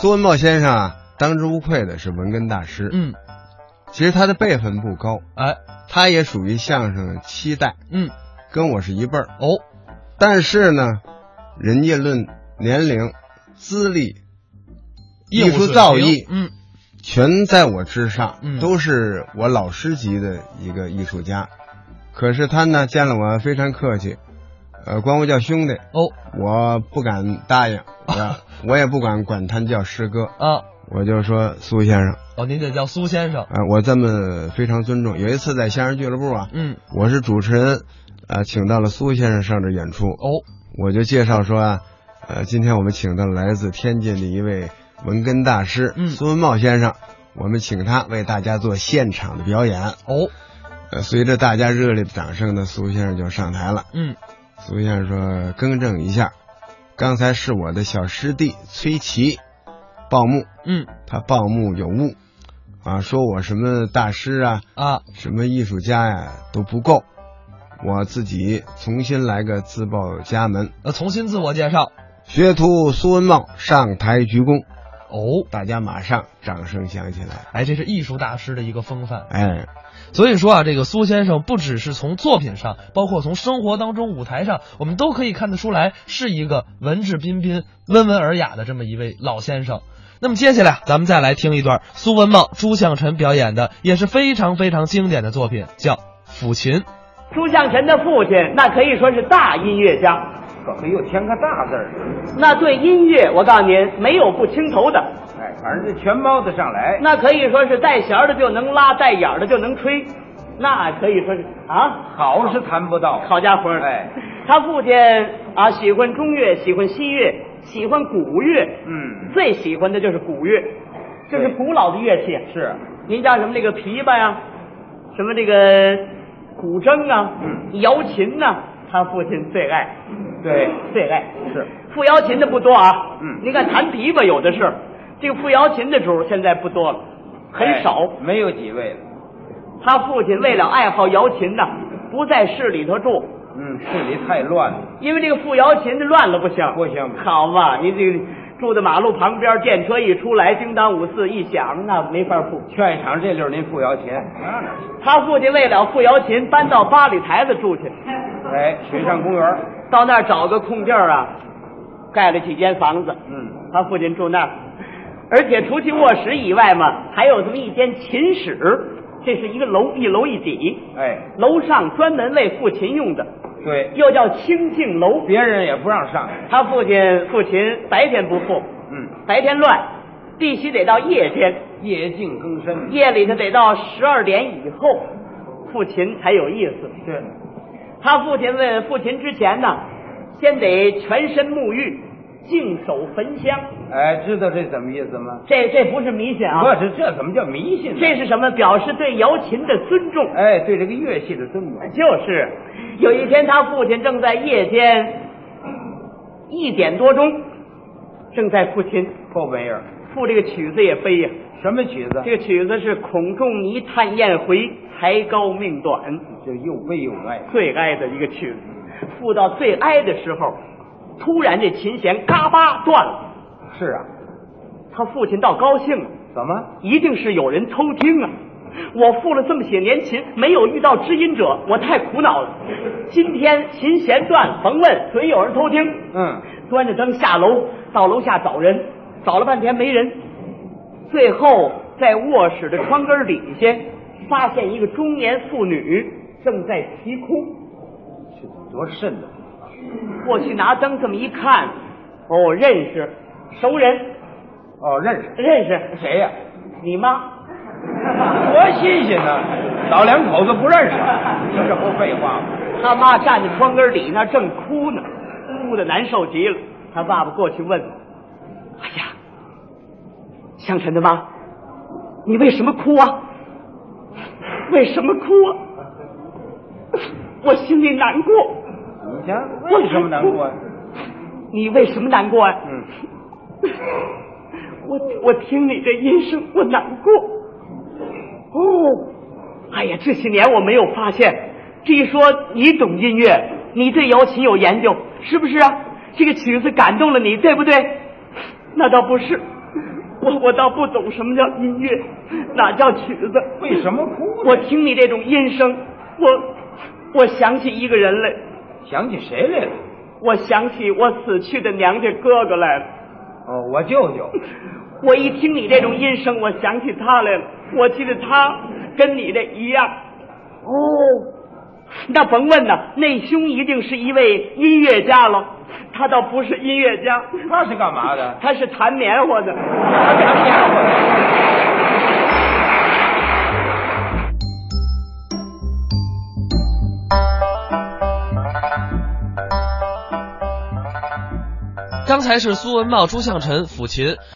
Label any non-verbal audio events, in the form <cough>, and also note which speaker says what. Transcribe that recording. Speaker 1: 周文茂先生啊，当之无愧的是文根大师。
Speaker 2: 嗯，
Speaker 1: 其实他的辈分不高，
Speaker 2: 哎，
Speaker 1: 他也属于相声的七代，
Speaker 2: 嗯，
Speaker 1: 跟我是一辈儿哦。但是呢，人家论年龄、资历、
Speaker 2: 业
Speaker 1: 艺
Speaker 2: 务
Speaker 1: 术
Speaker 2: 水
Speaker 1: 造
Speaker 2: 平
Speaker 1: 诣，
Speaker 2: 嗯，
Speaker 1: 全在我之上，
Speaker 2: 嗯
Speaker 1: 都是我老师级的一个艺术家。可是他呢，见了我非常客气，呃，管我叫兄弟，
Speaker 2: 哦，
Speaker 1: 我不敢答
Speaker 2: <laughs>
Speaker 1: 应，我我也不敢管他叫师哥，
Speaker 2: 啊，
Speaker 1: 我就说苏先生，
Speaker 2: 哦，您得叫苏先生，
Speaker 1: 啊、我这么非常尊重。有一次在相声俱乐部啊，
Speaker 2: 嗯，
Speaker 1: 我是主持人，呃，请到了苏先生上这演出，
Speaker 2: 哦，
Speaker 1: 我就介绍说啊，呃，今天我们请到了来自天津的一位文根大师、
Speaker 2: 嗯
Speaker 1: 苏文茂先生，我们请他为大家做现场的表演。
Speaker 2: 哦，
Speaker 1: 呃，随着大家热烈的掌声呢，苏先生就上台了。
Speaker 2: 嗯，
Speaker 1: 苏先生说：“更正一下，刚才是我的小师弟崔琦报幕，
Speaker 2: 嗯，
Speaker 1: 他报幕有误，啊，说我什么大师啊，
Speaker 2: 啊，
Speaker 1: 什么艺术家呀、都不够，我自己重新来个自报家门。”
Speaker 2: 呃，重新自我介绍，
Speaker 1: 学徒苏文茂上台鞠躬，
Speaker 2: 哦，
Speaker 1: 大家马上掌声响起来。
Speaker 2: 哎，这是艺术大师的一个风范。
Speaker 1: 哎，
Speaker 2: 所以说啊，这个苏先生不只是从作品上，包括从生活当中、舞台上，我们都可以看得出来，是一个文质彬彬、温文尔雅的这么一位老先生。那么接下来，咱们再来听一段苏文茂、朱向臣表演的，也是非常非常经典的作品，叫《抚琴》。
Speaker 3: 朱向臣的父亲那可以说是大音乐家，
Speaker 4: 可没有签个大字儿，
Speaker 3: 那对音乐我告诉您没有不青头的，
Speaker 4: 哎，反正这全包得上来。
Speaker 3: 那可以说是带弦儿的就能拉，带眼儿的就能吹，那可以说是啊，
Speaker 4: 好是谈不到，
Speaker 3: 好家伙儿！
Speaker 4: 哎，
Speaker 3: 他父亲啊喜欢中乐，喜欢西乐，喜欢古乐，
Speaker 4: 嗯，
Speaker 3: 最喜欢的就是古乐，这是
Speaker 4: 对
Speaker 3: 古老的乐器。
Speaker 4: 是
Speaker 3: 您像什么那个琵琶呀、什么这个古筝啊，
Speaker 4: 嗯
Speaker 3: 瑶琴呐、他父亲最爱。
Speaker 4: 对，
Speaker 3: 最爱
Speaker 4: 是
Speaker 3: 富瑶琴的不多啊。
Speaker 4: 嗯
Speaker 3: 您看弹琵琶有的是，这个富瑶琴的主儿现在不多了，很
Speaker 4: 哎
Speaker 3: 少。
Speaker 4: 没有几位了。
Speaker 3: 他父亲为了爱好瑶琴呐，不在市里头住，
Speaker 4: 嗯，市里太乱了，
Speaker 3: 因为这个富瑶琴的乱了不行。
Speaker 4: 不行
Speaker 3: 好嘛，您这个住在马路旁边，电车一出来，叮当五四一响，那没法富。
Speaker 4: 劝一场这溜儿您付摇钱，那哪行？
Speaker 3: 他父亲为了富瑶琴，搬到八里台子住去，
Speaker 4: 哎，水上公园儿，
Speaker 3: 到那儿找个空地儿啊，盖了几间房子。
Speaker 4: 嗯，
Speaker 3: 他父亲住那儿，而且除去卧室以外嘛，还有这么一间琴室，这是一个楼，一楼一底，
Speaker 4: 哎，
Speaker 3: 楼上专门为父琴用的，
Speaker 4: 对，
Speaker 3: 又叫清净楼。
Speaker 4: 别人也不让上，
Speaker 3: 他父亲父琴白天不复，
Speaker 4: 嗯，
Speaker 3: 白天乱，必须得到夜间，
Speaker 4: 夜静更深，
Speaker 3: 夜里头得到十二点以后，父琴才有意思。
Speaker 4: 是，
Speaker 3: 他父亲为父琴之前呢，先得全身沐浴，净手焚香。
Speaker 4: 哎，知道这怎么意思吗？
Speaker 3: 这这不是迷信啊，
Speaker 4: 不是，这怎么叫迷信呢？
Speaker 3: 这是什么？表示对瑶琴的尊重。
Speaker 4: 哎，对这个乐器的尊
Speaker 3: 哎
Speaker 4: 重，
Speaker 3: 就是，有一天他父亲正在夜间一点多钟，正在抚琴，
Speaker 4: 够本事。
Speaker 3: 赋这个曲子也飞呀。
Speaker 4: 什么曲子？
Speaker 3: 这个曲子是孔仲尼叹燕回，才高命短，
Speaker 4: 就又悲又爱，
Speaker 3: 最哀的一个曲子。赋到最哀的时候，突然这琴弦嘎巴断了。
Speaker 4: 是啊，
Speaker 3: 他父亲倒高兴了，
Speaker 4: 怎么？
Speaker 3: 啊一定是有人偷听啊！我付了这么些年琴，没有遇到知音者，我太苦恼了。今天琴弦断，甭问，准有人偷听。
Speaker 4: 嗯，
Speaker 3: 端着灯下楼，到楼下找人，找了半天没人，最后在卧室的窗根底下发现一个中年妇女正在啼哭。
Speaker 4: 这多瘆得慌。
Speaker 3: 过去拿灯这么一看，哦，认识，熟人，
Speaker 4: 哦，认识
Speaker 3: 认识
Speaker 4: 谁呀、
Speaker 3: 你妈。
Speaker 4: 多新鲜呢！老两口子不认识，这不废话吗？
Speaker 3: 他妈站在窗根底那儿正哭呢，哭的难受极了。他爸爸过去问：“哎呀，向晨的妈，你为什么哭啊？为什么哭啊？我心里难过。
Speaker 4: 你瞧，为什么难过呀、
Speaker 3: 你为什么难过呀、
Speaker 4: 嗯，
Speaker 3: <laughs> 我我听你这音声，我难过。哦，哎呀，这些年我没有发现。这一说你懂音乐，你对瑶琴有研究，是不是啊？这个曲子感动了你，对不对？那倒不是，我我倒不懂什么叫音乐，哪叫曲子？
Speaker 4: 为什么哭呢？
Speaker 3: 我听你这种音声，我我想起一个人来，
Speaker 4: 想起谁来了？
Speaker 3: 我想起我死去的娘家哥哥来了。
Speaker 4: 哦，我舅舅。
Speaker 3: 我一听你这种音声，我想起他来了。我记得他跟你这一样。
Speaker 4: 哦，
Speaker 3: 那甭问呐，那兄一定是一位音乐家了。他倒不是音乐家，
Speaker 4: 那是干嘛的？
Speaker 3: 他是弹棉花的。
Speaker 4: 他家伙
Speaker 2: 刚才是苏文茂、朱向臣、抚琴，